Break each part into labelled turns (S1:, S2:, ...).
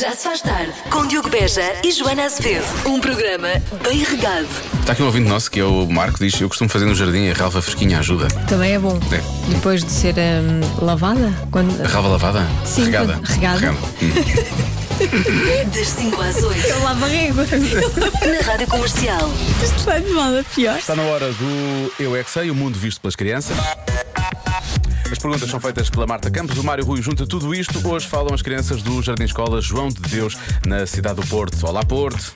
S1: Já se faz tarde com Diogo Beja e Joana Azevedo. Um programa bem regado.
S2: Está aqui um ouvinte nosso que é o Marco, diz: Eu costumo fazer no jardim a ralva fresquinha ajuda.
S3: Também é bom.
S2: É.
S3: Depois de ser hum, lavada? Quando...
S2: A ralva lavada?
S3: Sim,
S2: regada.
S3: regada.
S2: Hum.
S1: Das 5 às 8
S3: Eu lavo a régua.
S1: na Rádio Comercial.
S3: Isto vai de mal a pior.
S2: Está na hora do Eu é que sei, o mundo visto pelas crianças. As perguntas são feitas pela Marta Campos, o Mário Rui junta tudo isto. Hoje falam as crianças do Jardim Escola João de Deus, na cidade do Porto. Olá, Porto!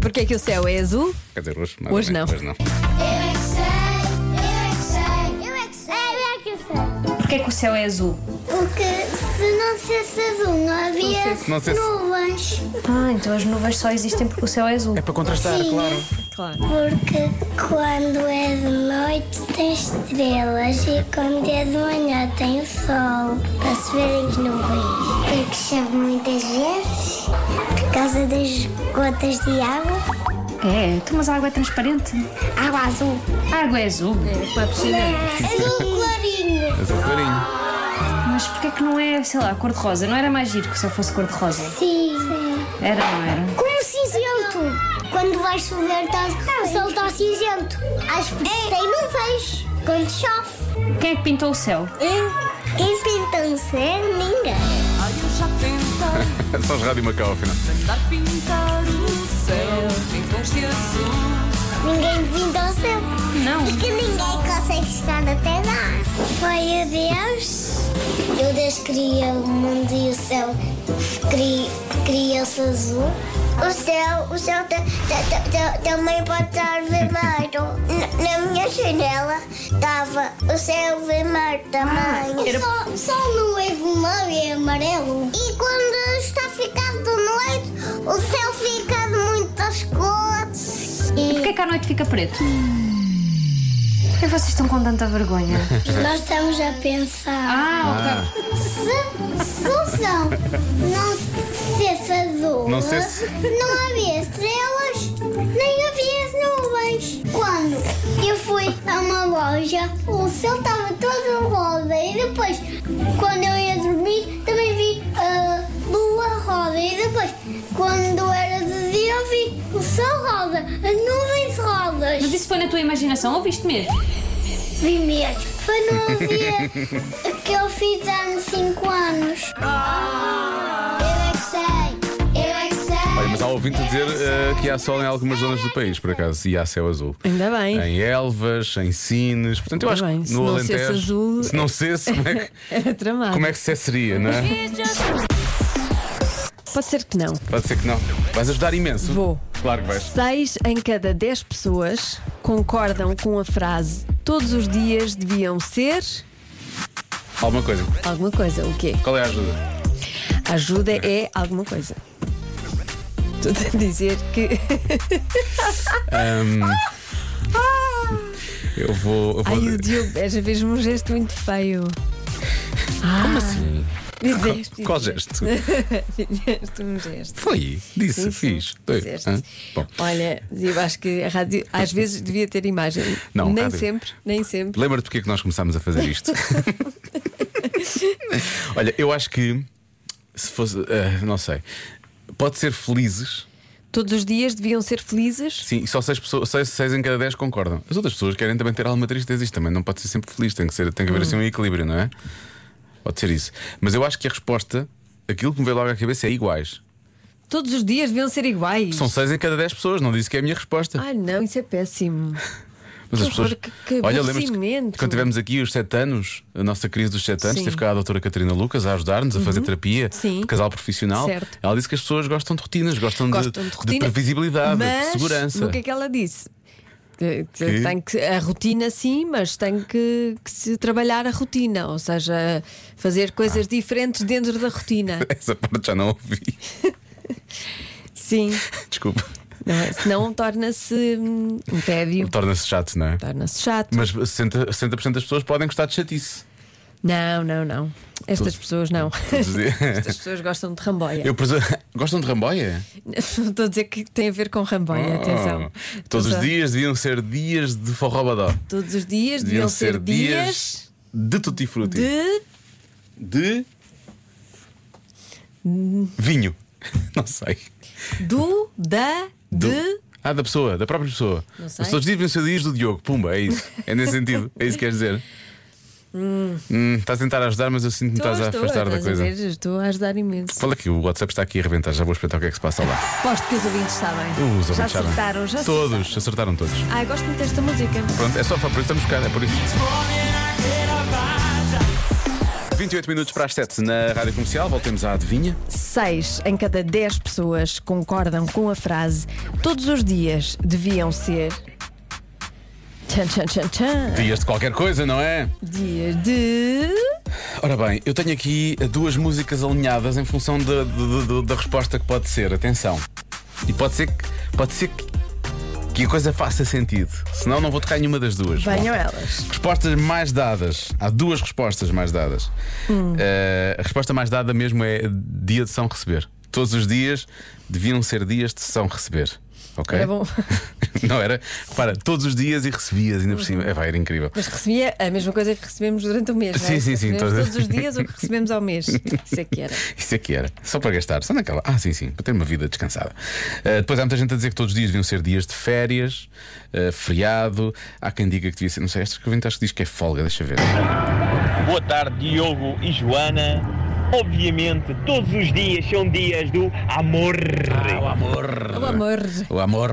S3: Porquê é que o céu é azul?
S2: Quer dizer, hoje, mas
S3: Hoje
S2: bem,
S3: não.
S2: Hoje não.
S4: Porquê que o céu é azul?
S5: Porque se não fosse azul não havia
S2: Se não fosse-
S5: nuvens.
S4: Ah, então as nuvens só existem porque o céu é azul.
S2: É para contrastar,
S5: Sim.
S2: claro.
S3: Claro.
S5: Porque quando é de noite tem estrelas e quando é de manhã tem o sol. Para se verem as nuvens. Porque chove muitas vezes por causa das gotas de água.
S4: É, então, mas a água é transparente.
S5: Água azul.
S4: A água é azul.
S3: Para a piscina.
S5: Azul clarinho.
S2: Mas é clarinho.
S4: Mas porquê que não é, sei lá, cor-de-rosa? Não era mais giro que o céu fosse cor-de-rosa?
S5: Sim.
S4: Era, não era?
S5: Com cinzento. Quando vai chover tá, o sol está cinzento. Acho que tem nuvens. Quando chove.
S4: Quem é que pintou o céu?
S5: Quem pinta um ser, ninguém.
S2: São os Rádio Macau, afinal.
S5: Ninguém pinta o céu.
S4: Não.
S5: Porque ninguém consegue chegar até lá. Foi o Deus. Eu Deus cria o mundo e o céu. Cri- Cria-se azul. O céu, o céu ta- ta- ta- ta- também pode estar vermelho. Na, na minha janela estava o céu vermelho também.
S4: era-
S5: Só, não é vermelho, é amarelo. E quando está ficando de noite, o céu fica de muitas cores. E- é
S4: Porquê que à noite fica preto? Porquê vocês estão com tanta vergonha?
S5: Nós estamos a pensar.
S4: Ah, ok.
S5: Se, se o sol não fosse azul,
S2: Não fosse-
S5: não havia estrelas, nem havia nuvens. Quando eu fui a uma loja, o céu estava todo rosa e depois, quando eu ia dormir, também vi a lua rosa e depois, quando era de dia, eu vi o sol rosa, as nuvens rosas.
S4: Mas isso foi na tua imaginação, ouviste mesmo?
S5: Vi mesmo. Foi no dia que eu fiz anos 5 anos. Eu é que sei, eu é que sei.
S2: Olha, mas há um ouvinte a dizer eh, que há sol em algumas zonas do país, por acaso, e há céu azul.
S3: Ainda bem.
S2: Em Elvas, em Sines, portanto eu acho
S3: Bem,
S2: que
S3: se
S2: no
S3: não
S2: Alentejo.
S3: fosse azul-
S2: Se não cesse, como é que,
S3: Era tramado.
S2: como é que se seria, não é?
S3: Pode ser que não.
S2: Pode ser que não. Vais ajudar imenso.
S3: Vou.
S2: Claro que vais.
S3: Seis em cada dez pessoas concordam com a frase todos os dias deviam ser
S2: Alguma coisa.
S3: alguma coisa. O quê?
S2: Qual é a ajuda?
S3: Ajuda é alguma coisa. Estou a dizer que.
S2: Eu vou. Eu vou
S3: Ai, o Diogo Beja fez-me um gesto muito feio. Ah.
S2: Como assim?
S3: Fizeste.
S2: Qual gesto?
S3: Fizeste um gesto.
S2: Foi. Disse,
S3: Sim, sim,
S2: fiz. Foi.
S3: fizeste.
S2: é Hã? Bom.
S3: Olha, eu acho que a rádio às vezes devia ter imagem.
S2: Não,
S3: nem
S2: rádio-
S3: sempre, nem sempre.
S2: Lembra-te porque é que nós começámos a fazer isto? Olha, eu acho que se fosse. eh, não sei. Pode ser felizes.
S3: Todos os dias deviam ser felizes.
S2: Sim, e só 6 pessoas, seis, seis em cada 10 concordam. As outras pessoas querem também ter alguma tristeza. Isto também não pode ser sempre feliz, tem que, ser, tem que haver assim um
S3: Hum.
S2: equilíbrio, não é? Pode ser isso. Mas eu acho que a resposta, aquilo que me veio logo à cabeça, é iguais.
S3: Todos os dias deviam ser iguais.
S2: São 6 em cada 10 pessoas, não disse que é a minha resposta.
S3: Ai não, isso é péssimo.
S2: Mas as
S3: que
S2: pessoas.
S3: horror, que- que
S2: Olha, lembras
S3: aborrecimento.
S2: quando tivemos aqui os 7 anos, a nossa crise dos 7 anos,
S3: Sim. Uhum.
S2: teve cá a doutora Catarina Lucas a ajudar-nos a fazer terapia
S3: Sim.
S2: de casal profissional.
S3: Certo.
S2: Ela disse que as pessoas gostam de rotinas, gostam,
S3: Gostam de, rotina,
S2: previsibilidade,
S3: mas
S2: de segurança.
S3: O que é que ela disse? Que- que
S2: Que?
S3: Tem que, a rotina sim, mas tem que, que se trabalhar a rotina, ou seja, fazer
S2: Ah.
S3: coisas diferentes dentro da rotina.
S2: Essa parte já não ouvi.
S3: Sim,
S2: Desculpa.
S3: não é? senão torna-se hum, um tédio,
S2: Torna-se chato, não é?
S3: torna-se chato.
S2: Mas 60%, 60 das pessoas podem gostar de chatice.
S3: Não, não, não. Estas pessoas não. Estas
S2: dizer-
S3: pessoas gostam de ramboia.
S2: Eu presu... Gostam de ramboia?
S3: Estou a dizer que tem a ver com ramboia, atenção.
S2: Oh. Todos os
S3: Atenção.
S2: dias deviam ser dias de forrobadó.
S3: Todos os dias deviam ser dias
S2: de tutti frutti.
S3: de.
S2: De... Vinho. Não sei.
S3: Do, da,
S2: Do-
S3: de.
S2: Ah, da pessoa, da própria pessoa.
S3: Não sei.
S2: As pessoas dizem se diz do Diogo. Pumba, é isso. É nesse sentido. É isso que queres dizer. Hum, estás a tentar ajudar, mas eu sinto que me estás a
S3: estou,
S2: afastar da
S3: estás a
S2: coisa.
S3: ver, estou a ajudar imenso.
S2: Fala que o WhatsApp está aqui a arrebentar. Já vou espreitar o que é que se passa lá.
S3: Aposto que os ouvintes sabem.
S2: Os
S3: já
S2: ouvintes sabem.
S3: acertaram, já
S2: Todos, acertaram todos.
S3: acertaram. Ai, gosto muito desta música.
S2: Pronto, é só para por isso estamos cá, é por isso. 28 minutos para as 7 na rádio comercial, voltemos à adivinha.
S6: 6 em cada 10 pessoas concordam com a frase todos os dias deviam ser. Tchan, tchan, tchan, tchan.
S2: Dias de qualquer coisa, não é?
S6: Dias de.
S2: Ora bem, eu tenho aqui duas músicas alinhadas em função da- da- da- da resposta que pode ser. Atenção. E pode ser que. Pode ser que. Que a coisa faça sentido. Senão não vou tocar em nenhuma das duas.
S6: Venham elas.
S2: Respostas mais dadas. Há duas respostas mais dadas. Eh, a resposta mais dada mesmo é dia de São Receber. Todos os dias deviam ser dias de São Receber. Ok?
S6: Era bom.
S2: Não era? Repara, todos os dias e recebias ainda por cima. É, vai, era incrível.
S3: Mas recebia a mesma coisa que recebemos durante o mês. não é?
S2: Sim, sim, sim,
S3: Recebemos
S2: todas.
S3: Todos os dias o que recebemos ao mês. Isso é que era.
S2: Isso é que era. Só para gastar. Só naquela. Ah, sim, sim. Para ter uma vida descansada. Ah, depois há muita gente a dizer que todos os dias deviam ser dias de férias, ah, feriado. Há quem diga que devia ser. Não sei, esta escrevente acho que diz que é folga, deixa ver.
S7: Boa tarde, Diogo e Joana. Obviamente, todos os dias são dias do amor.
S2: Ah, amor.
S3: O amor.
S2: O amor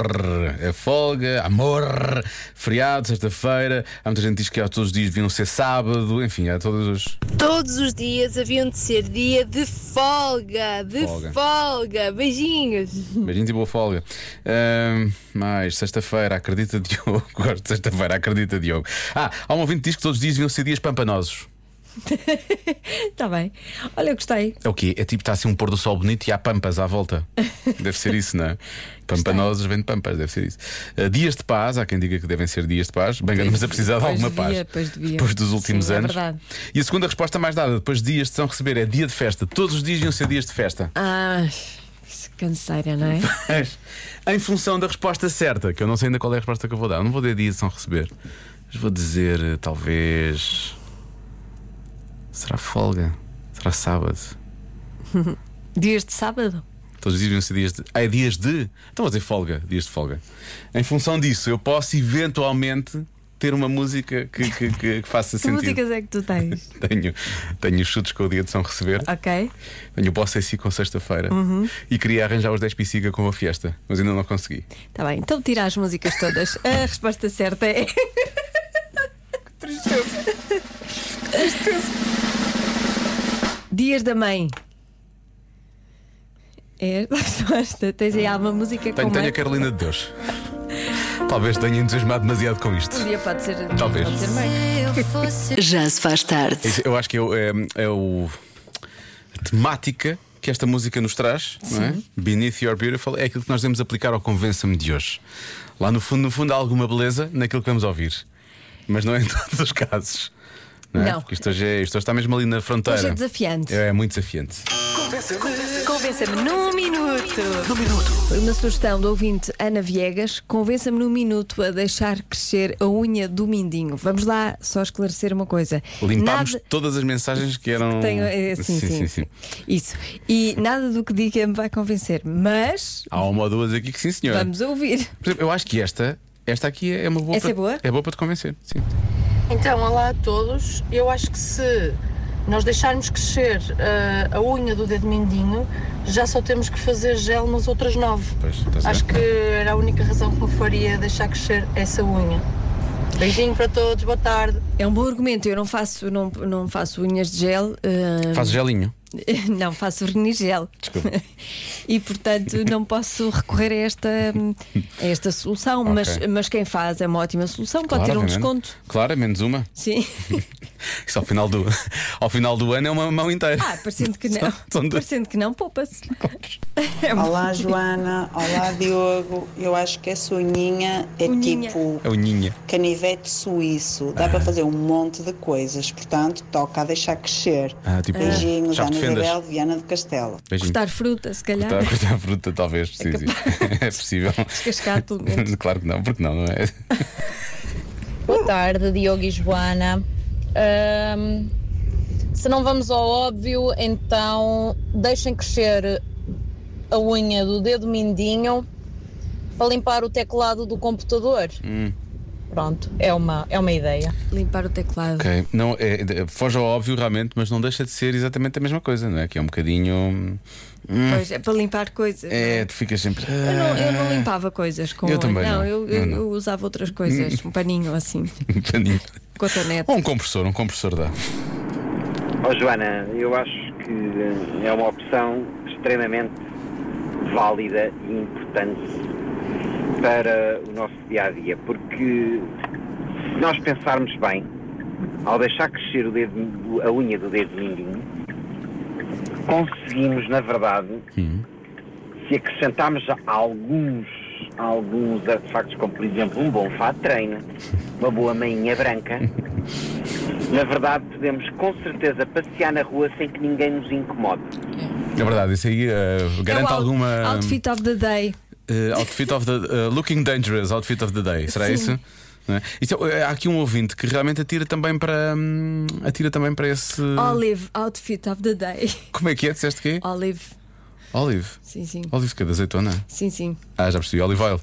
S2: é folga, amor, feriado, sexta-feira. Há muita gente que diz que há todos os dias deviam ser sábado, enfim, há todos os.
S8: Todos os dias haviam de ser dia de folga, de
S2: Folga.
S8: folga. Beijinhos.
S2: Beijinhos e boa folga. Ahm, mais, sexta-feira, acredita Diogo. Gosto de sexta-feira, acredita Diogo. Ah, há um ouvinte que diz que todos os dias deviam ser dias pampanosos.
S3: Está Tá bem. Olha, eu gostei.
S2: É o quê? É tipo, está assim um pôr do sol bonito e há pampas à volta. Deve ser isso, não é? Pampanosos vem de pampas, deve ser isso. Ah, dias de paz, há quem diga que devem ser dias de paz. Bem, andamos a precisar de
S3: Pois
S2: alguma
S3: devia,
S2: paz.
S3: pois devia.
S2: Depois dos últimos
S3: Sim, é
S2: anos.
S3: verdade.
S2: E a segunda resposta mais dada, depois de dias de São Receber, é dia de festa. Todos os dias iam ser dias de festa.
S3: Ah, que canseira, não é?
S2: Mas, em função da resposta certa, que eu não sei ainda qual é a resposta que eu vou dar, eu não vou dizer dia de São Receber, mas vou dizer eh, talvez. Será folga? Será sábado?
S3: Dias de sábado.
S2: Todos os dias iam ser dias de. Ah, é dias de. Então vou dizer folga, dias de folga. Em função disso, eu posso eventualmente ter uma música que, que- que- que faça
S3: Que
S2: sentido.
S3: músicas é que tu tens?
S2: Tenho, tenho os chutes com o dia de São Receber.
S3: ok.
S2: Tenho o Bossa si com sexta-feira e queria arranjar os 10 pisiga com a fiesta, mas ainda não consegui.
S3: Está bem. Então tira as músicas todas. A resposta certa é. Dias da Mãe. É esta a resposta. Tens aí alguma música
S2: Tenho,
S3: com
S2: tenho
S3: mãe?
S2: a Carolina de Deus. Talvez tenha entusiasmado demasiado com isto.
S3: Um dia pode ser.
S2: Talvez.
S3: Pode ser mãe.
S1: Já se faz tarde.
S2: Isso Eu acho que é, o- é, é o, a temática que esta música nos traz, não é? Beneath Your Beautiful, é aquilo que nós devemos aplicar ao Convença-me de hoje. Lá no fundo, no fundo, há alguma beleza naquilo que vamos ouvir, mas não é em todos os casos. Não, é?
S3: Não.
S2: Porque isto hoje, é- isto hoje está mesmo ali na fronteira.
S3: Hoje é desafiante.
S2: É, é muito desafiante.
S3: Convença-me num minuto. Foi uma sugestão do ouvinte Ana Viegas. Convença-me num minuto a deixar crescer a unha do mindinho. Vamos lá só esclarecer uma coisa.
S2: Limpámos
S3: Nada-
S2: todas as mensagens que eram.
S3: Tenho, é, sim, sim, sim. Isso. E nada do que diga me vai convencer, mas
S2: Há uma ou duas aqui que sim, senhora.
S3: vamos ouvir.
S2: Por exemplo, eu acho que esta, esta aqui é uma boa.
S3: Essa
S2: para,
S3: é boa?
S2: É boa para te convencer. Sim.
S9: Então, olá a todos. Eu acho que se nós deixarmos crescer eh, a unha do dedo mindinho, já só temos que fazer gel nas outras nove.
S2: Pois, está
S9: acho
S2: certo.
S9: que era a única razão que me faria deixar crescer essa unha. Beijinho para todos, boa tarde.
S3: É um bom argumento. Eu não faço, não, não faço unhas de gel, ah,
S2: Faz gelinho.
S3: não faço verniz gel.
S2: Desculpa.
S3: E portanto não posso recorrer a esta, a esta solução. Mas,
S2: Ok.
S3: mas quem faz é uma ótima solução, pode ter um
S2: Claramente.
S3: desconto.
S2: Claro, menos uma.
S3: Sim.
S2: Isso ao final do, ao final do ano é uma mão inteira.
S3: Ah, parecendo que não.
S2: São- são duas.
S3: Parecendo que não, poupa-se.
S10: Olá Joana, olá Diogo. Eu acho que essa unhinha é
S3: Unhinha.
S10: tipo
S2: É o ninha.
S10: canivete suíço. Dá para fazer um monte de coisas, portanto, toca a deixar crescer.
S2: Ah, tipo,
S10: Beijinhos,
S2: chave
S10: Ana
S2: de fendas.
S10: Isabel, Viana do Castelo.
S2: Beijinho.
S3: Cortar fruta, se calhar.
S2: Cortar, cortar fruta, talvez. sim, sim. É possível.
S3: Descascar, pelo menos.
S2: claro que não, porque não, não é?
S11: Boa tarde, Diogo e Joana. Ahm, se não vamos ao óbvio, então deixem crescer a unha do dedo mindinho para limpar o teclado do computador.
S2: Hum.
S11: Pronto, é uma, é uma ideia.
S3: Limpar o teclado.
S2: Ok, não, é, é- foge ao óbvio realmente, mas não deixa de ser exatamente a mesma coisa, não é? Que é um bocadinho. hum,
S3: Pois, é para limpar coisas.
S2: é, tu ficas sempre. "Ah",
S3: Eu não, eu não limpava coisas com
S2: Eu também
S3: Não,
S2: não. Eu
S3: Eu, eu-
S2: não. Hum.
S3: eu usava outras coisas, um paninho assim,
S2: Paninho.
S3: cotonete.
S2: Ou um compressor, um compressor dá.
S12: Ó Joana, eu acho que eh, é uma opção extremamente válida e importante para o nosso dia a dia, porque se nós pensarmos bem, ao deixar crescer o dedo, do- a unha do dedo mindinho, conseguimos, na verdade, se acrescentarmos alguns, alguns artefactos, como por exemplo um bom fato de treino, uma boa mainha branca, na verdade podemos com certeza passear na rua sem que ninguém nos incomode.
S2: É verdade, isso aí eh, garante
S3: É o out-
S2: alguma.
S3: Outfit of the day.
S2: Eh, outfit of the eh, Looking Dangerous, Outfit of the Day, será
S3: Sim.
S2: isso? Não é? Isso é- eh, há aqui um ouvinte que realmente atira também para hum, atira também para esse.
S3: Olive, outfit of the day.
S2: Como é que é? Disseste quê?
S3: Olive,
S2: Olive.
S3: sim, sim.
S2: Olive que é de azeitona?
S3: Sim, sim.
S2: Ah, já percebi, olive oil.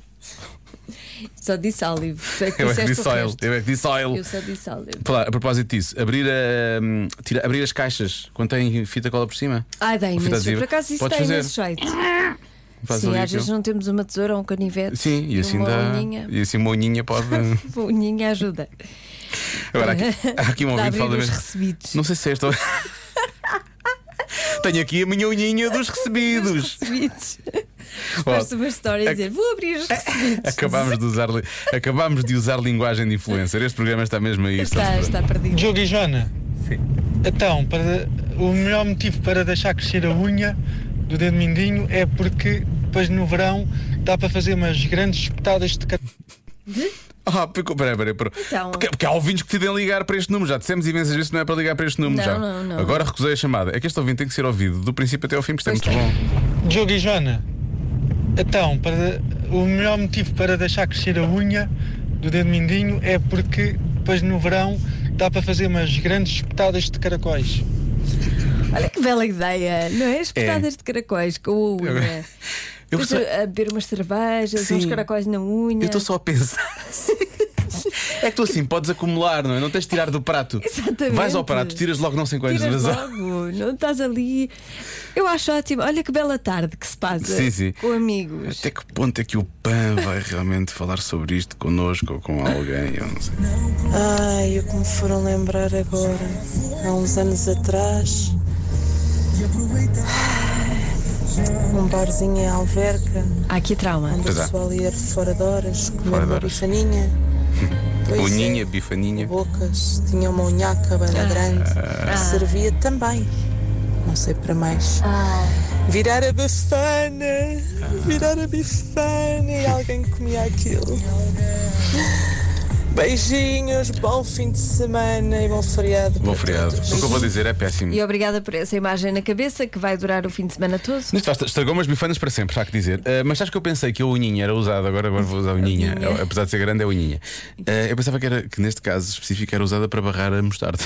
S3: Só disse olive. Sei
S2: Eu é que
S3: disseste
S2: disse
S3: o
S2: oil.
S3: resto.
S2: Eu é que disse oil.
S3: Eu só disse olive.
S2: Falar, a propósito disso, abrir, a, hum, tira- abrir as caixas quando tem fita cola por cima.
S3: Ai, dá
S2: Fita
S3: imenso.
S2: adesiva.
S3: Por acaso isso
S2: Podes
S3: dá
S2: fazer.
S3: imenso jeito.
S2: Faz
S3: Sim,
S2: ali
S3: às vezes
S2: aquilo.
S3: não temos uma tesoura ou um canivete.
S2: Sim, e assim
S3: uma
S2: dá.
S3: Unhinha.
S2: E assim uma unhinha pode.
S3: Unhinha ajuda.
S2: Agora, há aqui, há aqui um
S3: Dá
S2: ouvinte que
S3: abrir
S2: fala
S3: os
S2: mesmo.
S3: recebidos.
S2: Não sei se é esta. Tenho aqui a minha unhinha dos recebidos. É
S3: Recebidos.
S2: Ó,
S3: Posto uma história a dizer: vou abrir os recebidos.
S2: acabámos, de usar, li- acabámos de usar linguagem de influencer. Este programa está mesmo aí.
S3: Está, está perdido.
S13: Diogo e Joana. Então, para- o melhor motivo para deixar crescer a unha do dedo mindinho é porque depois no verão dá para fazer umas grandes espetadas de cat-
S2: Ah, porque- peraí, peraí, peraí.
S13: Então.
S2: Porque, porque há ouvintes que decidem ligar para este número. Já dissemos imensas vezes que não é para ligar para este número.
S13: Não,
S2: já.
S13: não, não.
S2: Agora recusei a chamada. É que este ouvinte tem que ser ouvido do princípio até ao fim, porque isto é muito bom.
S13: Diogo e Joana. Então, para- o melhor motivo para deixar crescer a unha do dedo mindinho é porque depois no verão dá para fazer umas grandes espetadas de caracóis.
S3: Olha que bela ideia, não é? Espetadas de caracóis com a unha.
S2: Eu
S3: Eu
S2: gostei-
S3: a beber umas cervejas,
S2: Sim.
S3: uns caracóis na unha.
S2: Eu estou só a pensar. É que tu assim podes acumular, não é? Não tens de tirar do prato.
S3: Exatamente.
S2: Vais ao prato, tiras logo não sei quantos.
S3: Tiras
S2: mas-
S3: logo, não estás ali. Eu acho ótimo. Olha que bela tarde que se passa
S2: Sim, sim.
S3: com amigos.
S2: Até que ponto é que o PAN vai realmente falar sobre isto connosco ou com alguém? Eu não sei.
S14: Ai, eu como foram lembrar agora, há uns anos atrás, um barzinho em Alverca.
S3: aqui trauma.
S14: Onde o
S2: Pois é.
S14: pessoal ia fora de horas, comer
S2: Fora de
S14: uma
S2: horas.
S14: bifaninha, Pois é.
S2: Boninha, bifaninha.
S14: bocas, tinha uma unhaca bem grande,
S2: Ah.
S14: e servia também, não sei para mais. Virar a bifana,
S2: Ah.
S14: virar a bifana e alguém comia aquilo. Beijinhos, bom fim de semana e bom feriado.
S2: Bom feriado. O que eu vou dizer é péssimo.
S3: E obrigada por essa imagem na cabeça que vai durar o fim de semana todo.
S2: Nisto faz- estragou umas bifanas para sempre, há que dizer. Ah, mas acho que eu pensei que a unhinha era usada, agora, agora vou usar a
S3: É
S2: unhinha.
S3: unhinha.
S2: Apesar de ser grande, é a unhinha. Ah, eu pensava que, era, que neste caso específico era usada para barrar a mostarda.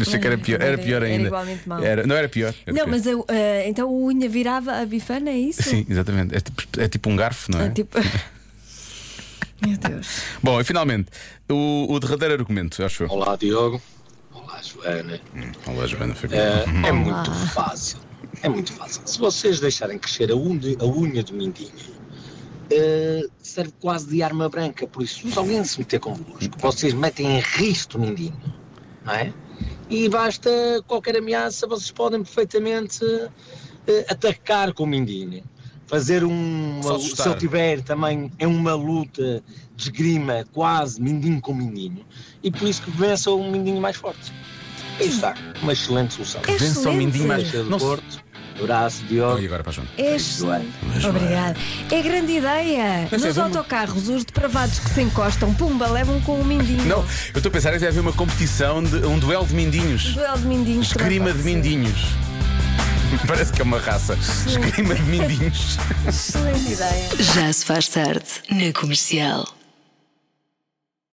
S2: Achei que era pior, era pior
S3: Era
S2: ainda.
S3: igualmente mau.
S2: Era- não era pior. era
S3: não,
S2: pior.
S3: mas eu, ah, então a unha virava a bifana, é isso?
S2: Sim, exatamente. É tipo, é tipo um garfo, não é?
S3: Ah, tipo- Meu Deus.
S2: Bom, e finalmente, o, o derradeiro argumento, acho eu.
S15: Olá, Diogo. Olá, Joana.
S2: Olá, Joana. Foi
S15: É,
S2: bom.
S15: é muito fácil. É muito fácil. Se vocês deixarem crescer a, unde- a unha do mindinho, eh, serve quase de arma branca. Por isso, se alguém se meter convosco, vocês metem em risco o mindinho, não é? E basta qualquer ameaça, vocês podem perfeitamente eh, atacar com o mindinho. Fazer um.
S2: Só
S15: Se
S2: assustar.
S15: ele tiver também é uma luta de esgrima, quase mindinho com mindinho. E por isso que vença o mindinho mais forte. Aí está, uma excelente solução.
S12: É
S3: Que vença o mindinho mais-
S15: Deixa do
S3: Não se-
S15: Porto. Abraço, Diogo. E
S2: agora para João.
S3: És... Obrigada. É grande ideia.
S2: Mas é,
S3: Nos
S2: vamos-
S3: autocarros, os depravados que se encostam, pumba, levam com o mindinho.
S2: Não, eu estou a pensar que deve haver uma competição, de, um duelo de mindinhos.
S3: Duelo de mindinhos.
S2: Esgrima de mindinhos. Parece que é uma raça. Esgrima de mindinhos.
S3: Excelente ideia.
S1: Já se faz tarde na comercial.